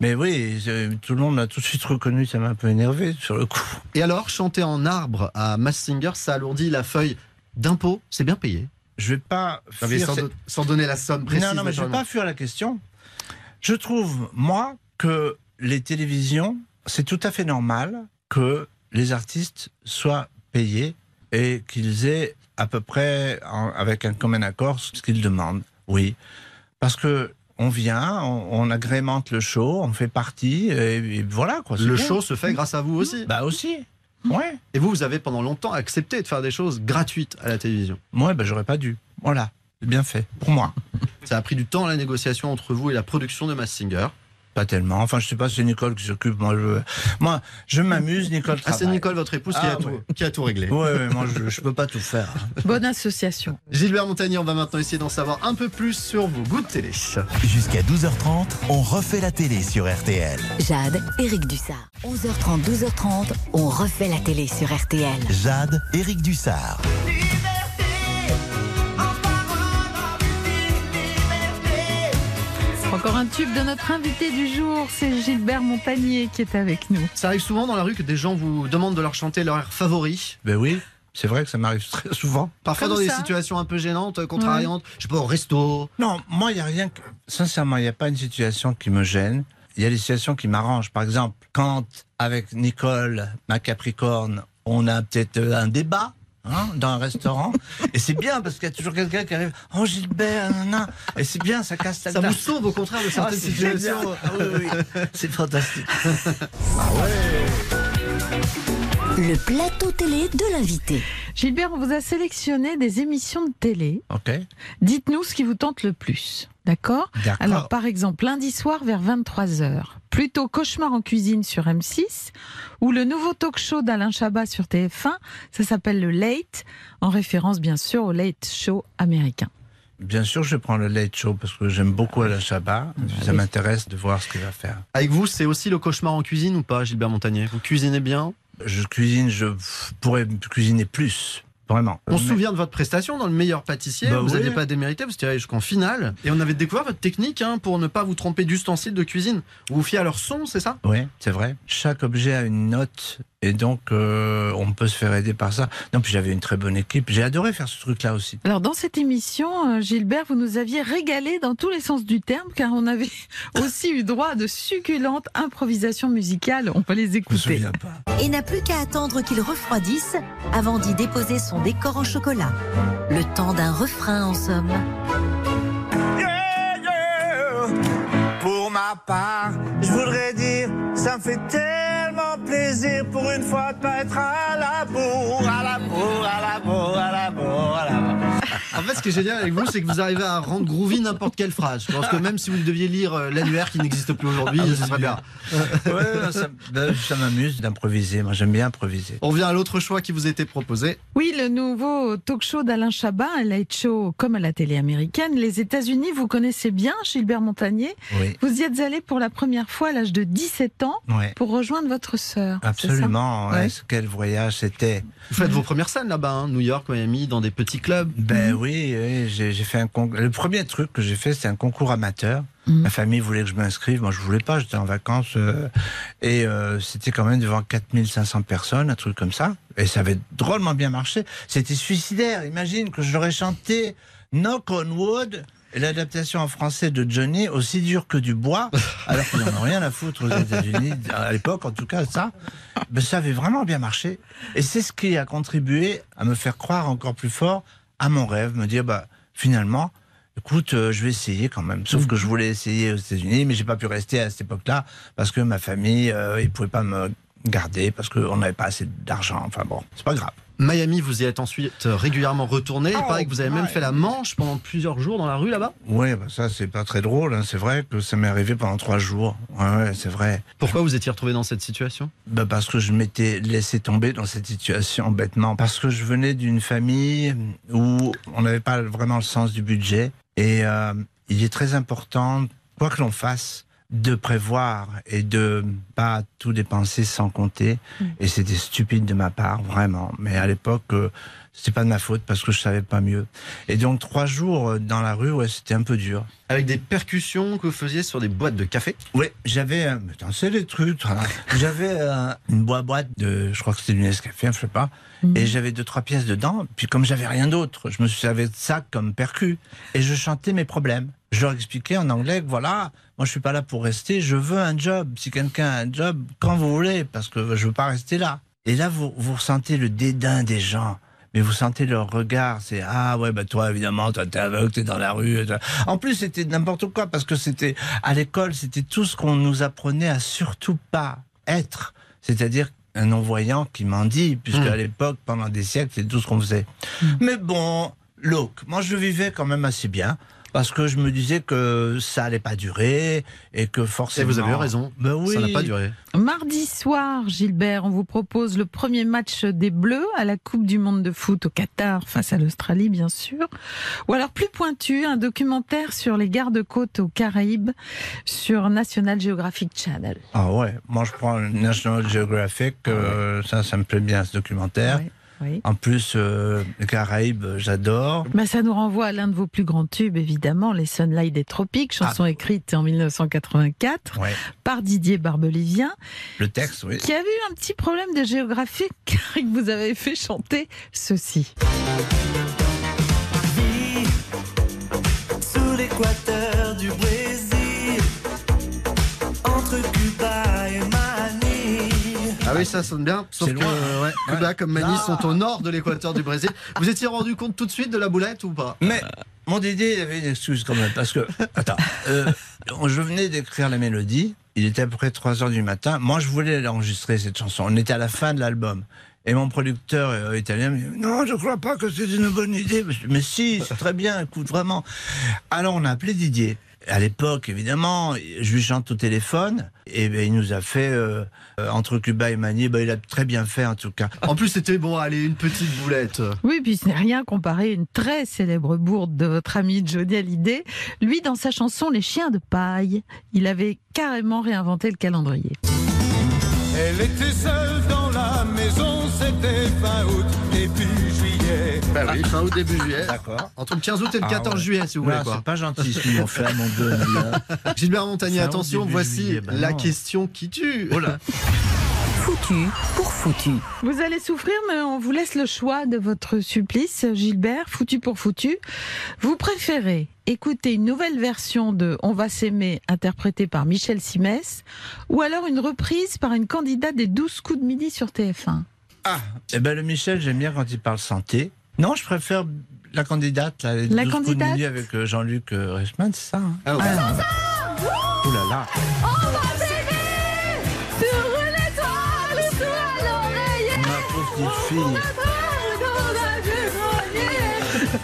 mais oui, euh, tout le monde l'a tout de suite reconnu, ça m'a un peu énervé sur le coup.
Et alors, chanter en arbre à Massinger, ça alourdit la feuille d'impôt, c'est bien payé.
Je vais pas.
Non, mais
fuir
Ah sans,
cette-
do- sans donner la somme précise.
Non, non, mais je ne vais
naturellement.
pas fuir la question. Je trouve, moi, que les télévisions, c'est tout à fait normal que les artistes soient payés et qu'ils aient à peu près, en- avec un commun accord, ce qu'ils demandent. Oui. Parce que. On vient, on, on agrémente le show, on fait partie, et, et voilà quoi. c'est
Le
bien.
show se fait grâce à vous aussi.
Bah aussi. Ouais.
Et vous, vous avez pendant longtemps accepté de faire des choses gratuites à la télévision.
Moi, ben, j'aurais pas dû. Voilà, c'est bien fait, pour moi.
Ça a pris du temps la négociation entre vous et la production de Mass Singer.
Pas tellement. Enfin, je sais pas, c'est Nicole qui s'occupe. Moi, je, moi, je m'amuse, Nicole
Ah,
travaille.
c'est Nicole, votre épouse, qui,
Ah,
a tout,
ouais.
qui a tout réglé.
Ouais, ouais, moi, je, je peux pas tout faire.
Bonne association.
Gilbert Montagnier, on va maintenant essayer d'en savoir un peu plus sur vos goûts de télé.
Jusqu'à 12h30, on refait la télé sur RTL.
Jade, Eric Dussard. 11h30, 12h30, on refait la télé sur RTL.
Jade, Eric Dussard.
Encore un tube de notre invité du jour, c'est Gilbert Montagnier qui est avec nous.
Ça arrive souvent dans la rue que des gens vous demandent de leur chanter leur air favori.
Ben oui, c'est vrai que ça m'arrive très souvent.
Parfois
Comme
dans des
ça.
situations un peu gênantes, euh, contrariantes. Je sais pas, au resto.
Non, moi, il n'y a rien que. Sincèrement, il n'y a pas une situation qui me gêne. Il y a des situations qui m'arrangent. Par exemple, quand, avec Nicole, ma Capricorne, on a peut-être euh, un débat. hein, dans un restaurant. Et c'est bien parce qu'il y a toujours quelqu'un qui arrive. Oh Gilbert, nanana. Et c'est bien, ça casse la
Ça Ah, vous sauve au contraire de certaines situations.
Ah, euh, C'est fantastique.
Le plateau télé de l'invité.
Gilbert, on vous a sélectionné des émissions de télé.
Ok.
Dites-nous ce qui vous tente le plus. D'accord
D'accord.
Alors, par exemple, lundi soir vers 23h, plutôt Cauchemar en cuisine sur M6 ou le nouveau talk show d'Alain Chabat sur TF1. Ça s'appelle le Late, en référence bien sûr au Late Show américain.
Bien sûr, je prends le late show parce que j'aime beaucoup Alain
Ah
Chabat.
bah
Ça m'intéresse de voir ce qu'il va faire.
Avec vous, c'est aussi le cauchemar en cuisine ou pas, Gilbert Montagnier Vous cuisinez
Euh,
bien
Je cuisine, je pourrais cuisiner plus, vraiment.
On se souvient de votre prestation dans le meilleur pâtissier.
Bah
vous
oui.
n'aviez pas démérité, vous étiez allé jusqu'en finale. Et on avait découvert votre technique hein, pour ne pas vous tromper d'ustensile de cuisine. Vous vous fiez à leur son, c'est ça
Oui, c'est vrai. Chaque objet a une note et donc euh, on peut se faire aider par ça. Non, puis j'avais une très bonne équipe. J'ai adoré faire ce truc-là aussi.
Alors dans cette émission, euh, Gilbert, vous nous aviez régalé dans tous les sens du terme, car on avait aussi eu droit à de succulentes improvisations musicales. On peut les écouter.
Et n'a plus qu'à attendre qu'il refroidisse avant d'y déposer son décor en chocolat. Le temps d'un refrain en somme.
Pour ma part, je voudrais dire, ça me fait tellement plaisir pour une fois de pas être à la bourre, à la bourre, à la bourre, à la bourre, à la bourre.
En fait, ce qui est génial avec vous, c'est que vous arrivez à rendre groovy n'importe quelle phrase. Je pense que même si vous deviez lire euh, l'annuaire qui n'existe plus aujourd'hui,
Ah,
ce
c'est
serait bien.
Ouais, non, ça, ben, ça m'amuse d'improviser. Moi, j'aime bien improviser.
On revient à l'autre choix qui vous était proposé.
Oui, le nouveau talk show d'Alain Chabat, un late show comme à la télé américaine. Les États-Unis, vous connaissez bien Gilbert Montagnier.
Oh.
Oui.
Vous y êtes allé pour la première fois à l'âge de 17 ans
Ouais.
pour rejoindre votre sœur. c'est ça
Absolument.
Ouais.
ouais, Quel voyage c'était.
Vous faites vos premières scènes là-bas, hein, New York, Miami, dans des petits clubs.
Ben oui, oui, j'ai j'ai fait un concours. Le premier truc que j'ai fait, c'était un concours amateur. Ma famille voulait que je m'inscrive. Moi, je voulais pas. J'étais en vacances. euh, et euh, c'était quand même devant 4500 personnes, un truc comme ça. Et ça avait drôlement bien marché. C'était suicidaire. Imagine que j'aurais chanté Knock on Wood. et L'adaptation en français de Johnny, aussi dur que du bois, alors qu'ils n'en ont rien à foutre aux États-Unis, à l'époque en tout cas, ça, ben, ça avait vraiment bien marché. Et c'est ce qui a contribué à me faire croire encore plus fort à mon rêve, me dire bah finalement, écoute, euh, je vais essayer quand même. Sauf que je voulais essayer aux États-Unis, mais j'ai pas pu rester à cette époque-là parce que ma famille, euh, ils pouvaient pas me garder parce qu'on n'avait pas assez d'argent. Enfin bon, c'est pas grave.
Miami, vous y êtes ensuite euh, régulièrement retourné. Il paraît que vous avez même fait la manche pendant plusieurs jours dans la rue là-bas.
Ouais, bah ça c'est pas très drôle. hein. C'est vrai que ça m'est arrivé pendant trois jours. Ouais, ouais, c'est vrai.
Pourquoi vous étiez retrouvé dans cette situation
Bah, parce que je m'étais laissé tomber dans cette situation bêtement. Parce que je venais d'une famille où on n'avait pas vraiment le sens du budget. Et euh, il est très important, quoi que l'on fasse, de prévoir et de pas tout dépenser sans compter. Et c'était stupide de ma part, vraiment. Mais à l'époque, euh, c'était pas de ma faute parce que je savais pas mieux. Et donc trois jours euh, dans la rue, ouais, c'était un peu dur.
Avec des percussions que vous faisiez sur des boîtes de café
Oui, j'avais. euh, mais attends, c'est les trucs. hein. J'avais euh, une boîte boîte de. Je crois que c'était du Nescafé, hein, je sais pas. Et j'avais deux, trois pièces dedans. Puis comme j'avais rien d'autre, je me servais de ça comme percu. Et je chantais mes problèmes. Je leur expliquais en anglais que voilà, moi je suis pas là pour rester, je veux un job. Si quelqu'un a un job, quand vous voulez, parce que je veux pas rester là. Et là, vous, vous ressentez le dédain des gens. Mais vous sentez leur regard, c'est ah ouais bah toi évidemment toi t'es aveugle t'es dans la rue. t'as- En plus c'était n'importe quoi parce que c'était à l'école c'était tout ce qu'on nous apprenait à surtout pas être, c'est-à-dire un non-voyant qui mendie, puisque
Hmm.
Mm.
à l'époque, pendant des siècles, c'est tout ce qu'on faisait. Mais bon, look, moi je vivais quand même assez bien. Parce que je me disais que ça allait pas durer et que forcément.
avez eu raison.
Ben oui.
Ça n'a pas duré.
Mardi soir, Gilbert, on vous propose le premier match des Bleus à la Coupe du Monde de foot au Qatar face à l'Australie, bien sûr. Ou alors plus pointu, un documentaire sur les gardes-côtes aux Caraïbes sur National Geographic Channel.
Ah ouais, moi je prends le National Geographic, euh, ça, ça me plaît bien ce documentaire.
Oui.
En plus, euh, les Caraïbes, euh, j'adore.
Bah, ça nous renvoie à l'un de vos plus grands tubes, évidemment, Les Sunlight des Tropiques, chanson écrite en 1984
Ouais.
par Didier Barbelivien,
Le texte, oui.
qui avait eu un petit problème de géographique car il vous avait fait chanter ceci.
Sous l'équateur du Brésil, entre Cuba et Manille.
Ah oui, ça sonne bien. Sauf
C'est
que
loin,
euh, ouais, Cuba comme Manille
Ah.
sont au nord de l'équateur du Brésil. Vous étiez rendu compte tout de suite de la boulette ou pas
Mais mon Didier, il avait une excuse quand même, parce que, attends, euh, je venais d'écrire la mélodie, il était à peu près 3 heures du matin. Moi, je voulais l'enregistrer, cette chanson. On était à la fin de l'album. Et mon producteur euh, italien me dit Non, je crois pas que c'est une bonne idée. Mais je dis, Mais si, c'est très bien, écoute, vraiment. Alors, on a appelé Didier. À l'époque, évidemment, je lui chante au téléphone. Et ben, il nous a fait, euh, euh, entre Cuba et Mani, ben, il a très bien fait en tout cas.
En plus, c'était bon, allez, une petite boulette.
Oui, puis ce n'est rien comparé à une très célèbre bourde de votre ami Johnny Hallyday. Lui, dans sa chanson Les chiens de paille, il avait carrément réinventé le calendrier.
Elle était seule dans la maison, c'était fin août, début juillet.
Bah oui, fin août, début juillet.
D'accord.
Entre le 15 août et le
Ah
14
ouais.
juillet, si vous
Non,
voulez. quoi.
c'est pas gentil ce qu'ils ont fait à mon Dieu, là.
Gilbert Montagnier,
Fin août,
attention,
début
voici
juillet, bah
la
non.
question qui tue.
Oh là.
Foutu pour foutu. Vous allez souffrir, mais on vous laisse le choix de votre supplice, Gilbert, foutu pour foutu. Vous préférez écouter une nouvelle version de On va s'aimer, interprétée par Michel Simès, ou alors une reprise par une candidate des 12 coups de midi sur TF1
Eh ben le Michel, j'aime bien quand il parle santé. Non, je préfère la candidate. Là, les
La
12 coups de
candidate
midi avec euh, Jean-Luc euh, Reichmann, c'est ça
Ah
hein
ouais.
Ouh là là.
On va s'aimer sur une étoile sous l'oreiller.
Ma pauvre petite fille.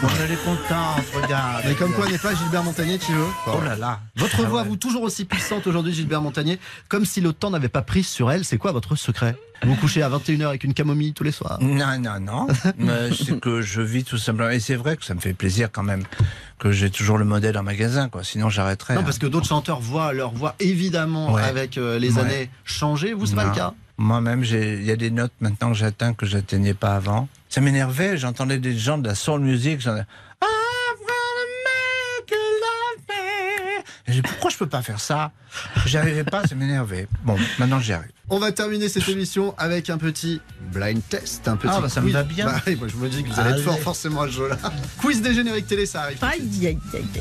On est contente, regarde.
Mais comme quoi n'est pas Gilbert Montagnier, tu veux
Oh là là.
Votre voix, vous, toujours aussi puissante aujourd'hui, Gilbert Montagnier, comme si le temps n'avait pas pris sur elle. C'est quoi votre secret Vous vous couchez à 21h avec une camomille tous les soirs
Non, non, non. Mais c'est que je vis tout simplement. Et c'est vrai que ça me fait plaisir quand même que j'ai toujours le modèle en magasin, quoi. Sinon, j'arrêterais.
Non,
hein.
parce que d'autres chanteurs voient leur voix, évidemment,
Ouais.
avec euh, les
Ouais.
années changer. Vous, c'est pas
Non.
le cas
Moi-même, j'ai- il y a des notes maintenant que j'atteins que j'atteignais pas avant. Ça m'énervait. J'entendais des gens de la soul music. j'en- Et j'ai dit, pourquoi je peux pas faire ça J'arrivais pas, ça m'énervait. Bon, maintenant j'y arrive.
On va terminer cette émission avec un petit blind test, un petit
Ah, bah, ça me
quiz.
va bien.
Bah oui, moi, je me dis que vous allez être
Allez.
fort forcément à ce jeu-là. quiz des génériques télé, ça arrive.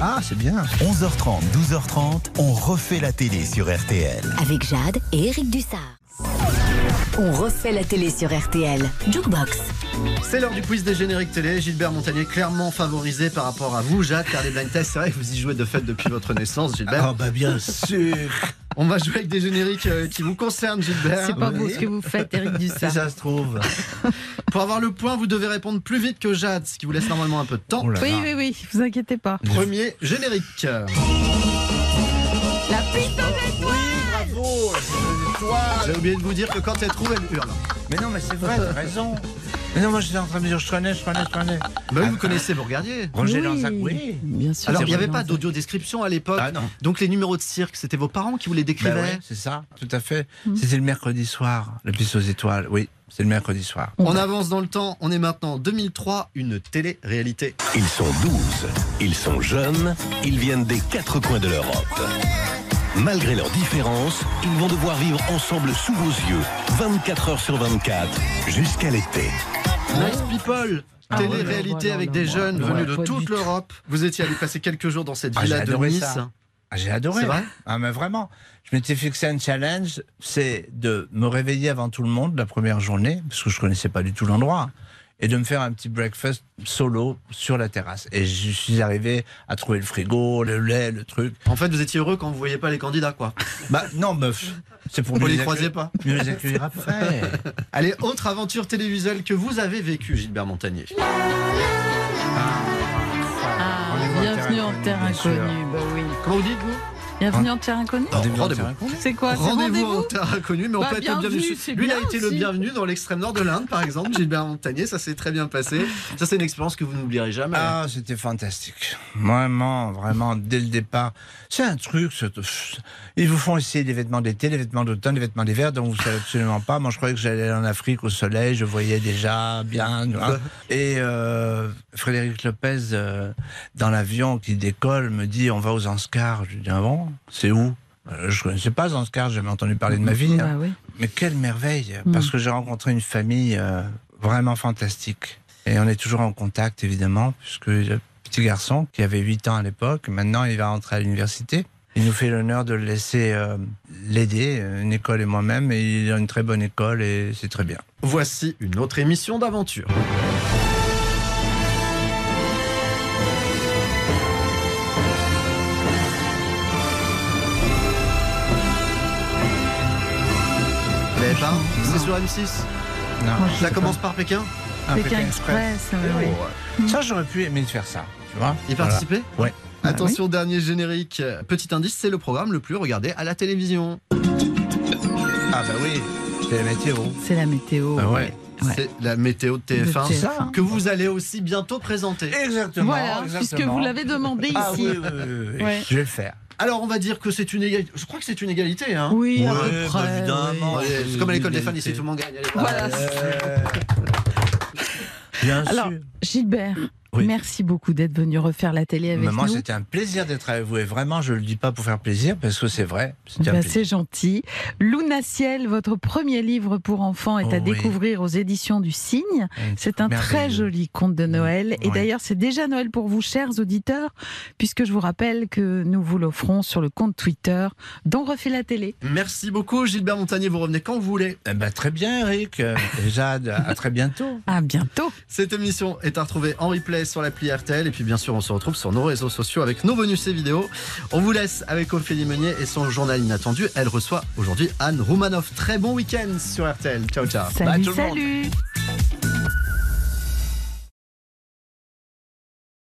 Ah, c'est bien.
11h30, 12h30, on refait la télé sur RTL.
Avec Jade et Eric Dussard. On refait la télé sur RTL. Jukebox.
C'est l'heure du quiz des génériques télé. Gilbert Montagnier, clairement favorisé par rapport à vous, Jade, car les blind tests, c'est vrai que vous y jouez de fait depuis votre naissance, Gilbert.
Ah, bah, bien sûr.
On va jouer avec des génériques euh, qui vous concernent, Gilbert.
C'est pas beau ce que vous faites, Eric Dussard.
Si ça se trouve.
Pour avoir le point, vous devez répondre plus vite que Jade, ce qui vous laisse normalement un peu de
Oh
temps.
Oui, oui, oui, vous inquiétez pas.
Premier générique.
La piste
J'ai oublié de vous dire que quand elle trouve, elle hurle.
Mais non, mais c'est vrai, t'as raison. Mais non, moi j'étais en train de me dire, je connais, je connais, je connais.
Bah oui, vous connaissez, vous regardez.
Roger Lanzac, oui.
Bien sûr.
Alors, il n'y avait pas d'audio description à l'époque. Donc, les numéros de cirque, c'était vos parents qui vous les décrivaient.
Ah Bah ouais, c'est ça, tout à fait.
Hmm.
C'était le mercredi soir, la piste aux étoiles. Oui, c'est le mercredi soir.
On avance dans le temps, on est maintenant en 2003, une télé-réalité.
Ils sont 12, ils sont jeunes, ils viennent des quatre coins de l'Europe. Malgré leurs différences, ils vont devoir vivre ensemble sous vos yeux, 24 heures sur 24, jusqu'à l'été.
Nice People
Ah ouais,
Télé-réalité
voilà,
avec
là,
des
moi,
jeunes
ouais,
venus de
pas
toute
du
l'Europe. Vous étiez allé passer quelques jours dans cette
Ah,
villa
j'ai
de
adoré
Nice.
ça. Ah, J'ai adoré.
C'est vrai
Ah, mais vraiment. Je m'étais fixé un challenge, c'est de me réveiller avant tout le monde la première journée, parce que je connaissais pas du tout l'endroit. et de me faire un petit breakfast solo sur la terrasse. Et je suis arrivé à trouver le frigo, le lait, le truc.
En fait, vous étiez heureux quand vous voyiez pas les candidats, quoi.
Bah non, meuf, c'est pour
Vous
mieux
les
accueillir-
croisez pas.
mieux les accueillir après.
Allez, autre aventure télévisuelle que vous avez vécue, Gilbert Montagnier.
Ah, bienvenue en terre inconnue. Bah oui.
Comment vous dites, vous
Bienvenue en terre inconnue
Rendez-vous en Rendez-vous. terre inconnue.
C'est quoi c'est
Rendez-vous en terre inconnue, mais on
Bah,
peut être le
bienvenue,
bienvenu.
c'est
Lui, il a
bien
été le
aussi.
bienvenu dans l'extrême nord de l'Inde, par exemple, Gilbert Montagnier, ça s'est très bien passé. Ça, c'est une expérience que vous n'oublierez jamais.
Ah, c'était fantastique. Vraiment, vraiment, dès le départ. C'est un truc. ce- pff, Ils vous font essayer des vêtements d'été, des vêtements d'automne, des vêtements d'hiver, dont vous savez absolument pas. Moi, je croyais que j'allais en Afrique au soleil, je voyais déjà bien. tu vois. Et euh, Frédéric Lopez, euh, dans l'avion qui décolle, me dit On va aux Anscars. Je lui dis Ah bon C'est où Euh, je ne connaissais pas Zanskar, j'avais entendu parler de ma vie. hein.
Bah oui.
Mais quelle merveille
Mm.
Parce que j'ai rencontré une famille euh, vraiment fantastique. Et on est toujours en contact, évidemment, puisque le petit garçon, qui avait 8 ans à l'époque, maintenant il va rentrer à l'université. Il nous fait l'honneur de le laisser euh, l'aider, euh, une école et moi-même, et il a une très bonne école et c'est très bien.
Voici une autre émission d'aventure. Vous l'avez pas C'est sur M6
Non.
Ça commence par Pékin
Un
Pékin Express, euh,
Oh,
oui.
ouais. Ça, j'aurais pu aimer faire ça, tu vois.
Y
Voilà.
participer
Ouais.
Attention, dernier générique. Petit indice, c'est le programme le plus regardé à la télévision.
Ah bah oui, c'est la météo.
C'est la météo.
Ah ouais.
C'est la météo de TF1,
De TF1.
que vous allez aussi bientôt présenter.
Exactement.
Voilà, puisque vous l'avez demandé ici.
Ah oui, oui, oui, oui.
Ouais.
Je vais le faire.
Alors on va dire que c'est une égalité. Je crois que c'est une égalité. Hein
Oui, à
Ouais,
peu
bah,
près,
évidemment.
oui.
Ouais, c'est comme à l'école des fans, ici tout le monde gagne. Allez,
Voilà.
Ah, Bien
Alors,
sûr.
Gilbert,
Oui.
merci beaucoup d'être venu refaire la télé avec
Mais moi,
nous.
c'était un plaisir d'être avec vous. Et vraiment, je le dis pas pour faire plaisir, parce que c'est vrai. C'était un
Bah,
plaisir.
c'est gentil. Luna Ciel, votre premier livre pour enfants est à
Oh, oui.
découvrir aux éditions du Cygne. C'est un très
merveilleux.
joli conte de Noël. Et
Oui.
d'ailleurs, c'est déjà Noël pour vous, chers auditeurs, puisque je vous rappelle que nous vous l'offrons sur le compte Twitter dont refait la télé.
Merci beaucoup Gilbert Montagnier, vous revenez quand vous voulez.
Eh ben, très bien, Eric. Euh, Jade, à très bientôt.
À bientôt.
Cette émission est à retrouver en replay sur l'appli RTL et puis bien sûr on se retrouve sur nos réseaux sociaux avec nos bonus et vidéos. On vous laisse avec Ophélie Meunier et son journal
Bah,
inattendu. Elle reçoit aujourd'hui Anne Roumanoff. Très bon week-end sur RTL. Ciao ciao.
Salut, salut.